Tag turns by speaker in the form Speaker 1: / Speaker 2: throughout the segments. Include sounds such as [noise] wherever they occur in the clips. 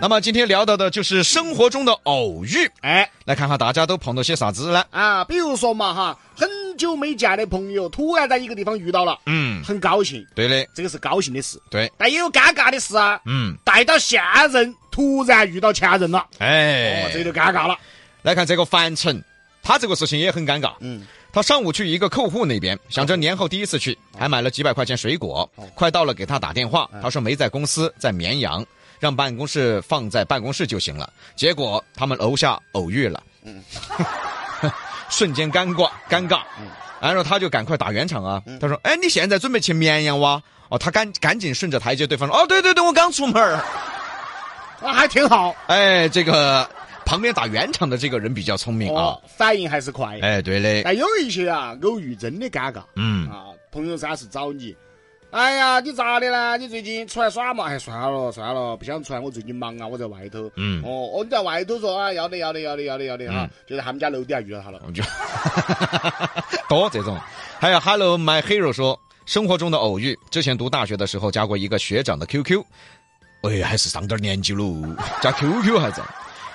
Speaker 1: 那么今天聊到的就是生活中的偶遇，
Speaker 2: 哎
Speaker 1: 来看看大家都碰到些啥子呢？
Speaker 2: 啊，比如说嘛哈，很久没见的朋友突然在一个地方遇到了，
Speaker 1: 嗯，
Speaker 2: 很高兴，
Speaker 1: 对的，
Speaker 2: 这个是高兴的事，
Speaker 1: 对，
Speaker 2: 但也有尴尬的事啊。
Speaker 1: 嗯，
Speaker 2: 待到下任突然遇到前任了，
Speaker 1: 哎
Speaker 2: 哦，，这就尴尬了。
Speaker 1: 来看这个樊城，他这个事情也很尴尬。
Speaker 2: 嗯，哦
Speaker 1: 他上午去一个客户那边，想着年后第一次去，还买了几百块钱水果。快到了，给他打电话，
Speaker 2: 哎
Speaker 1: 他说没在公司，在绵阳，让办公室放在办公室就行了。结果他们楼下偶遇了，
Speaker 2: 嗯
Speaker 1: [laughs] 瞬间尴尬尴尬。
Speaker 2: 嗯
Speaker 1: 然后他就赶快打圆场啊，他说：“哎，你现在准备去绵阳哇？”哦，他赶赶紧顺着台阶，对方说：“哦，对对对，我刚出门儿。”
Speaker 2: 那哦还挺好
Speaker 1: 哎，这个旁边打圆场的这个人比较聪明啊
Speaker 2: 哦。，反应还是快。
Speaker 1: 哎，对嘞，
Speaker 2: 但有一些啊，偶遇真的尴尬
Speaker 1: 嗯，
Speaker 2: 啊。朋友三是找你，哎呀，你咋的啦？你最近出来耍嘛？哎，算了算了，不想出来，我最近忙啊，我在外头。
Speaker 1: 嗯
Speaker 2: 哦，哦，你在外头说啊，要得要得要得要得要得哈，就在他们家楼底下遇到他了。
Speaker 1: 我就多这种。还有 Hello My Hero 说，生活中的偶遇，之前读大学的时候加过一个学长的 QQ，哎，还是上点年纪喽，加 QQ 还在。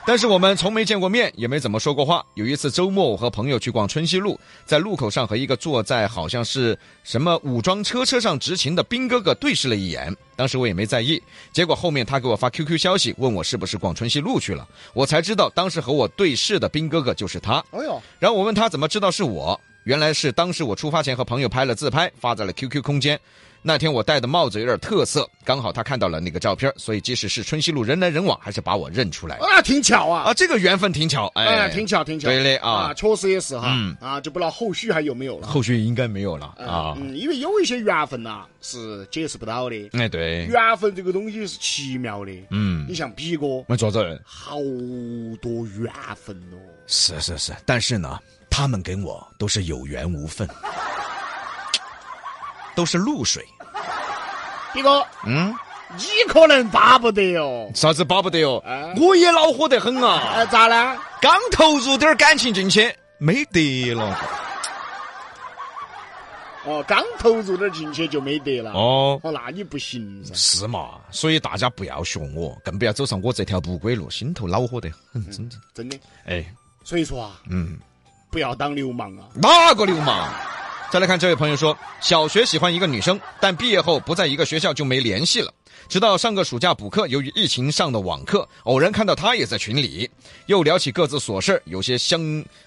Speaker 1: 但是我们从没见过面，也没怎么说过话。有一次周末，我和朋友去逛春熙路，在路口上和一个坐在好像是什么武装车车上执勤的兵哥哥对视了一眼，当时我也没在意。结果后面他给我发 QQ 消息，问我是不是逛春熙路去了，我才知道当时和我对视的兵哥哥就是他。
Speaker 2: 哎呦，
Speaker 1: 然后我问他怎么知道是我，原来是当时我出发前和朋友拍了自拍，发在了 QQ 空间。那天我戴的帽子有点特色，刚好他看到了那个照片，所以即使是春熙路人来人往，还是把我认出来了。
Speaker 2: 啊，挺巧啊
Speaker 1: 啊，。这个缘分挺巧，哎，
Speaker 2: 哎，挺巧，挺巧，
Speaker 1: 对嘞啊
Speaker 2: 确实也是哈
Speaker 1: 嗯，
Speaker 2: 啊，就不知道后续还有没有了
Speaker 1: 后续应该没有了啊。
Speaker 2: 嗯，因为有一些缘分呐是解释不到的，
Speaker 1: 哎，对，
Speaker 2: 缘分这个东西是奇妙的。
Speaker 1: 嗯，
Speaker 2: 你像比哥，
Speaker 1: 没错子，
Speaker 2: 好多缘分哦。
Speaker 1: 是是是，但是呢，他们跟我都是有缘无分， [laughs] 都是露水。
Speaker 2: 比哥，
Speaker 1: 嗯，
Speaker 2: 你可能巴不得哦。
Speaker 1: 啥子巴不得哟
Speaker 2: 啊，
Speaker 1: 我也恼火得很啊。
Speaker 2: 哎，咋呢？
Speaker 1: 刚投入点儿感情进去，没得了。
Speaker 2: 哦，刚投入点儿进去就没得了。哦，
Speaker 1: 哦，
Speaker 2: 那你不行噻。
Speaker 1: 是嘛？所以大家不要学我，更不要走上我这条不归路，心头恼火得很，真的。
Speaker 2: 真的。
Speaker 1: 哎，
Speaker 2: 所以说啊，
Speaker 1: 嗯，
Speaker 2: 不要当流氓啊。
Speaker 1: 哪个流氓？再来看这位朋友说，小学喜欢一个女生，但毕业后不在一个学校就没联系了。直到上个暑假补课，由于疫情上的网课，偶然看到她也在群里，又聊起各自琐事儿，有些相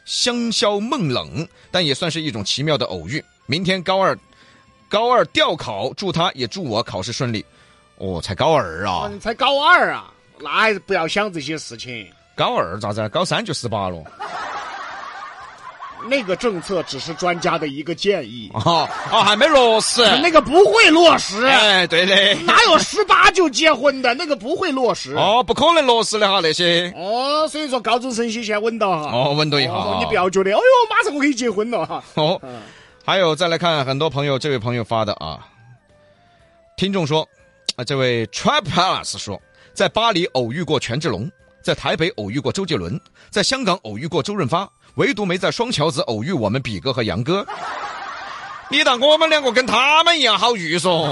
Speaker 1: 相消梦冷，但也算是一种奇妙的偶遇。明天高二，高二调考，祝她也祝我考试顺利。哦，才高二
Speaker 2: 哦，
Speaker 1: 啊，
Speaker 2: 你才高二啊，那还是不要想这些事情。
Speaker 1: 高二咋子？高三就十八了
Speaker 2: 那个政策只是专家的一个建议，
Speaker 1: 啊啊，还没落实。
Speaker 2: 那个不会落实。
Speaker 1: 哎，对嘞，
Speaker 2: 哪有十八就结婚的？那个不会落实。
Speaker 1: 哦，不可能落实的哈那些。
Speaker 2: 哦，所以说高中生先先稳到哈。
Speaker 1: 哦，温度一
Speaker 2: 哦
Speaker 1: 下，
Speaker 2: 你不要觉得，哎呦，马上我可以结婚了哈。
Speaker 1: 哦
Speaker 2: 嗯。
Speaker 1: 还有再来看很多朋友，这位朋友发的啊，听众说，啊，这位 Trap Palace 说，在巴黎偶遇过权志龙，在台北偶遇过周杰伦，在香港偶遇过周润发，唯独没在双桥子偶遇我们比哥和杨哥。你当我们两个跟他们一样好遇嗦？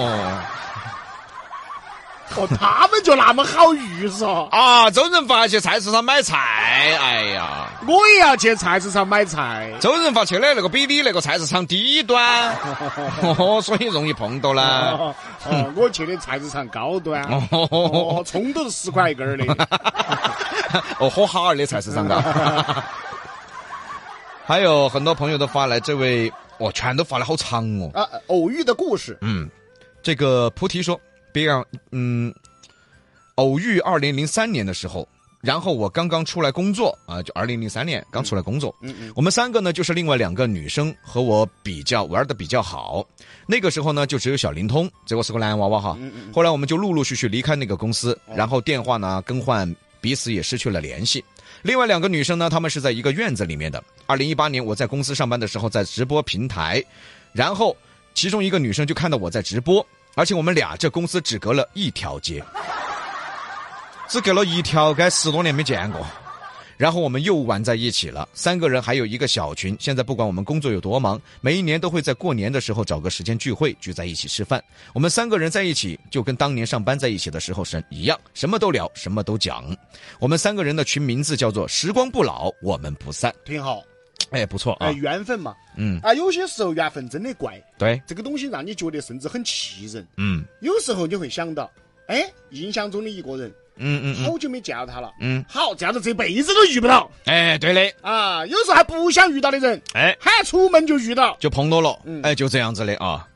Speaker 2: 哦，他们就那么好遇嗦。
Speaker 1: 啊，周润发去菜市场买菜，哎呀，
Speaker 2: 我也要去菜市场买菜。
Speaker 1: 周润发去的那个比你那个菜市场低端，哦，所以容易碰到呢。
Speaker 2: 哦，哦我去的菜市场高端。
Speaker 1: 哦，
Speaker 2: 哦，葱都是十块一根
Speaker 1: [laughs]
Speaker 2: 儿的。
Speaker 1: 哦，好哈儿的菜市场嘎。还有很多朋友都发来这位，哦，全都发的好长哦。
Speaker 2: 啊，偶遇的故事。
Speaker 1: 嗯，这个菩提说，别让嗯，偶遇二零零三年的时候，然后我刚刚出来工作啊，就二零零三年刚出来工作。
Speaker 2: 嗯嗯
Speaker 1: 我们三个呢，就是另外两个女生和我比较玩的比较好。那个时候呢，就只有小灵通，结果是个男娃娃哈。
Speaker 2: 嗯嗯哦
Speaker 1: 后来我们就陆陆续续离开那个公司，然后电话呢更换，彼此也失去了联系。另外两个女生呢，她们是在一个院子里面的。二零一八年我在公司上班的时候，在直播平台，然后其中一个女生就看到我在直播，而且我们俩这公司只隔了一条街，只隔了一条街，十多年没见过。然后我们又玩在一起了，三个人还有一个小群。现在不管我们工作有多忙，每一年都会在过年的时候找个时间聚会，聚在一起吃饭。我们三个人在一起，就跟当年上班在一起的时候是一样，什么都聊，什么都讲。我们三个人的群名字叫做“时光不老，我们不散
Speaker 2: 挺好。”。
Speaker 1: 哎，不错
Speaker 2: 哎，
Speaker 1: 啊，
Speaker 2: 缘分嘛，
Speaker 1: 嗯，
Speaker 2: 啊，有些时候缘分真的怪，
Speaker 1: 对，
Speaker 2: 这个东西让你觉得甚至很气人。
Speaker 1: 嗯
Speaker 2: 有时候你会想到，哎，印象中的一个人，
Speaker 1: 嗯嗯嗯
Speaker 2: 好久没见到他了，
Speaker 1: 嗯，
Speaker 2: 好，这样子这辈子都遇不到
Speaker 1: 哎，对嘞，
Speaker 2: 啊。有时候还不想遇到的人，
Speaker 1: 哎，
Speaker 2: 喊出门就遇到，
Speaker 1: 就碰到了，
Speaker 2: 嗯
Speaker 1: 哎，就这样子的啊。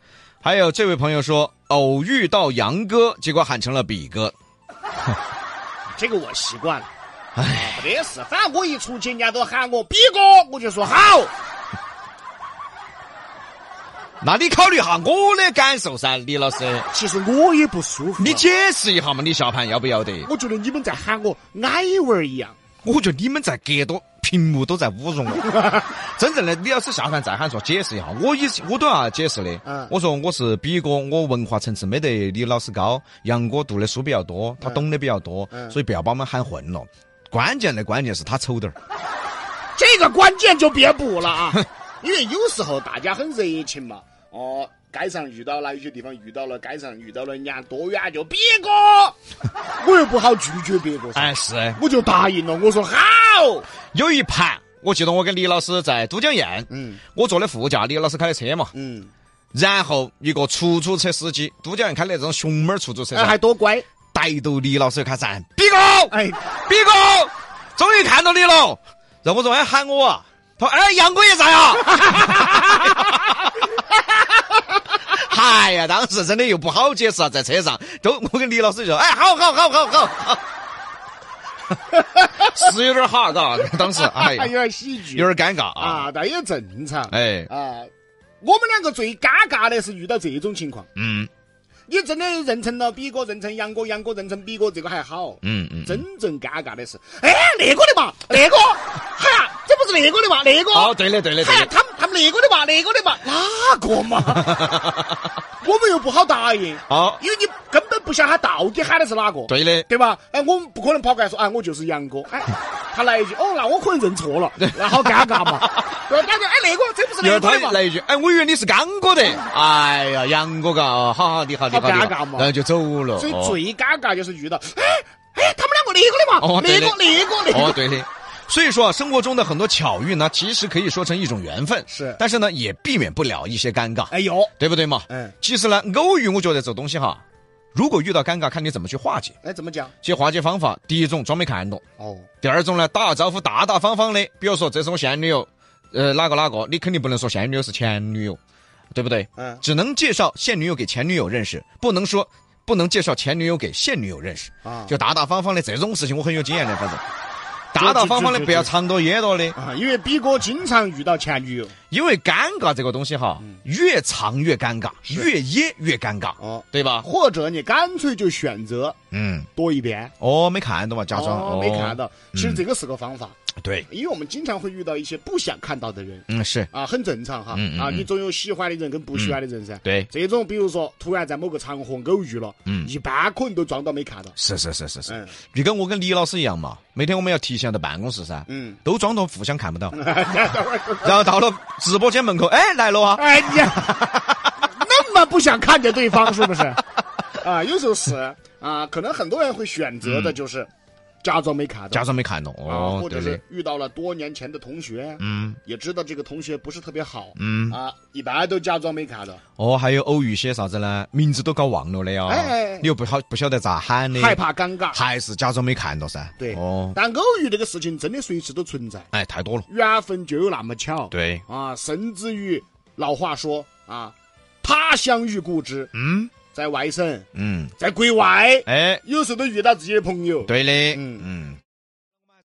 Speaker 1: 还有这位朋友说，偶遇到杨哥，结果喊成了比哥，
Speaker 2: 这个我习惯了。哎，没得事，反正我一出去，人家都喊我比哥，我就说好。
Speaker 1: 那你考虑下我的感受噻，李老
Speaker 2: [laughs]
Speaker 1: 师，
Speaker 2: 其实我也不舒服啊，
Speaker 1: 你解释一下嘛，你下盘要不要得？
Speaker 2: 我觉得你们在喊我矮娃儿一样。
Speaker 1: 我觉得你们在隔多屏幕都在侮
Speaker 2: [laughs]
Speaker 1: 辱我。真正的李老师下盘再喊说解释一下，我以我都要解释的。
Speaker 2: 嗯
Speaker 1: 我说我是比哥，我文化层次没得李老师高，杨哥读的书比较多，他懂得比较多，
Speaker 2: 嗯
Speaker 1: 所以不要把我们喊混了。关键的关键是他丑点儿，
Speaker 2: 这个关键就别补
Speaker 1: [laughs]
Speaker 2: 了啊，因为有时候大家很热情嘛，哦，街上遇到了，有些地方遇到了，街上遇到了，人家多远就比
Speaker 1: [laughs]
Speaker 2: 哥，我又不好拒绝别个噻，
Speaker 1: 哎是。
Speaker 2: 我就答应了，我说好，
Speaker 1: 有一盘，我记得我跟李老师在都江堰，
Speaker 2: 嗯
Speaker 1: 我坐的副驾，李老师开的车嘛。
Speaker 2: 嗯，
Speaker 1: 然后一个出租车司机，都江堰开的这种熊猫儿出租车
Speaker 2: 哎，还
Speaker 1: 噻，
Speaker 2: 多乖，
Speaker 1: 逮到李老师就开始喊：“比哥，
Speaker 2: 哎，
Speaker 1: 比哥，终于看到你了！”然后我说：“哎，喊我啊！”他说：“哎，杨哥也在啊！” [laughs] 哎呀，当时真的又不好解释啊，在车上都我跟李老师就说：“哎，好好好好好。
Speaker 2: [laughs]
Speaker 1: 好”是有点哈，嘎，当时哎呀
Speaker 2: 有。点喜剧，
Speaker 1: 有点尴尬啊。
Speaker 2: 啊，但也正常，
Speaker 1: 哎，
Speaker 2: 啊，我们两个最尴尬的是遇到这种情况，
Speaker 1: 嗯
Speaker 2: 你真的认成了比哥，认成杨哥，杨哥认成比哥，这个还好，
Speaker 1: 嗯嗯，
Speaker 2: 真正尴尬的是，哎，那个的嘛，那个，哎呀，这不是那个的嘛，那个，
Speaker 1: 哦，对的对的
Speaker 2: 哎
Speaker 1: 对，的，
Speaker 2: 呀他们他们那个的嘛，那个的嘛，哪个
Speaker 1: [laughs]
Speaker 2: 嘛？我们又不好答应，
Speaker 1: 哦，
Speaker 2: 因为你根本不晓得他到底喊的是哪个，
Speaker 1: 对的，
Speaker 2: 对吧？哎，我们不可能跑过来说，哎，我就是杨哥，哎，他来一句，哦，那我可能认错了，那好尴尬
Speaker 1: [laughs]
Speaker 2: 嘛，对吧？感觉哎，那个这不是
Speaker 1: 然后
Speaker 2: 那个的
Speaker 1: 他
Speaker 2: 嘛？
Speaker 1: 来一句，哎，我以为你是刚哥的，哎呀，杨哥嘎，哦，好好，你好你好，
Speaker 2: 好
Speaker 1: 你
Speaker 2: 尴尬嘛
Speaker 1: 然后就走了，
Speaker 2: 所以
Speaker 1: 哦
Speaker 2: 最尴尬就是遇到，哎哎，他们两个那个的嘛
Speaker 1: 哦，
Speaker 2: 那
Speaker 1: 对
Speaker 2: 个
Speaker 1: 的
Speaker 2: 那个那个
Speaker 1: 哦，对的。所以说啊，生活中的很多巧遇呢，其实可以说成一种缘分，
Speaker 2: 是
Speaker 1: 但是呢，也避免不了一些尴尬，
Speaker 2: 哎有，
Speaker 1: 对不对嘛？
Speaker 2: 嗯，
Speaker 1: 其实呢，偶遇我觉得这东西哈，如果遇到尴尬，看你怎么去化解。
Speaker 2: 哎，怎么讲？
Speaker 1: 其实化解方法，第一种装没看到，
Speaker 2: 哦，
Speaker 1: 第二种呢，打个招呼大大方方的，比如说这是我现女友，呃，哪个哪个，你肯定不能说现女友是前女友，对不对？
Speaker 2: 嗯。
Speaker 1: 只能介绍现女友给前女友认识，不能说不能介绍前女友给现女友认识，
Speaker 2: 啊
Speaker 1: 就大大方方的这种事情，我很有经验的，反正。大大方方的，不要藏着掖着的，
Speaker 2: 啊，因为比哥经常遇到前女友。
Speaker 1: 因为尴尬这个东西哈，越藏越尴尬，越掖越尴尬，
Speaker 2: 哦，
Speaker 1: 对吧？
Speaker 2: 或者你干脆就选择
Speaker 1: 嗯，
Speaker 2: 多一边，
Speaker 1: 哦，没看到嘛，假装嗯
Speaker 2: 哦没看，到。其实这个是个方法，
Speaker 1: 哦对，
Speaker 2: 因为我们经常会遇到一些不想看到的人
Speaker 1: 嗯，是
Speaker 2: 啊，很正常哈。
Speaker 1: 嗯嗯
Speaker 2: 啊，
Speaker 1: 嗯
Speaker 2: 你总有喜欢的人跟不喜欢的人噻。
Speaker 1: 对，
Speaker 2: 这种比如说突然在某个场合偶遇了，
Speaker 1: 嗯
Speaker 2: 一般可能都装到没看到。
Speaker 1: 是是是是是，
Speaker 2: 嗯
Speaker 1: 你跟我跟李老师一样嘛，每天我们要提前到办公室噻，
Speaker 2: 嗯，
Speaker 1: 都装作互相看不
Speaker 2: [laughs]
Speaker 1: 到，然后到了直播间门口，哎，来了
Speaker 2: [laughs]
Speaker 1: 啊，
Speaker 2: 哎呀，那么不想看见对方是
Speaker 1: [laughs]
Speaker 2: 不是？啊，有时候是啊，可能很多人会选择
Speaker 1: 嗯
Speaker 2: 的就是假装没看到。
Speaker 1: 假装没看到，
Speaker 2: 啊，
Speaker 1: 哦
Speaker 2: 或，者
Speaker 1: 对
Speaker 2: 是
Speaker 1: 的，
Speaker 2: 遇到了多年前的同学，
Speaker 1: 嗯
Speaker 2: 也知道这个同学不是特别好，
Speaker 1: 嗯，
Speaker 2: 啊，一般都假装没看到，
Speaker 1: 哦，还有偶遇些啥子呢？名字都搞忘了的呀
Speaker 2: 哎哎哎，
Speaker 1: 你又不好不晓得咋喊的，
Speaker 2: 害，怕尴尬。
Speaker 1: 还是假装没看到噻，
Speaker 2: 对
Speaker 1: 哦，
Speaker 2: 但偶遇这个事情真的随时都存在，
Speaker 1: 哎，太多了，
Speaker 2: 缘分就有那么巧。
Speaker 1: 对，
Speaker 2: 啊，甚至于老话说啊，他乡遇故知，
Speaker 1: 嗯
Speaker 2: 在外省，
Speaker 1: 嗯，
Speaker 2: 在国外，
Speaker 1: 哎，
Speaker 2: 有时候都遇到自己的朋友。
Speaker 1: 对的，
Speaker 2: 嗯
Speaker 1: 嗯。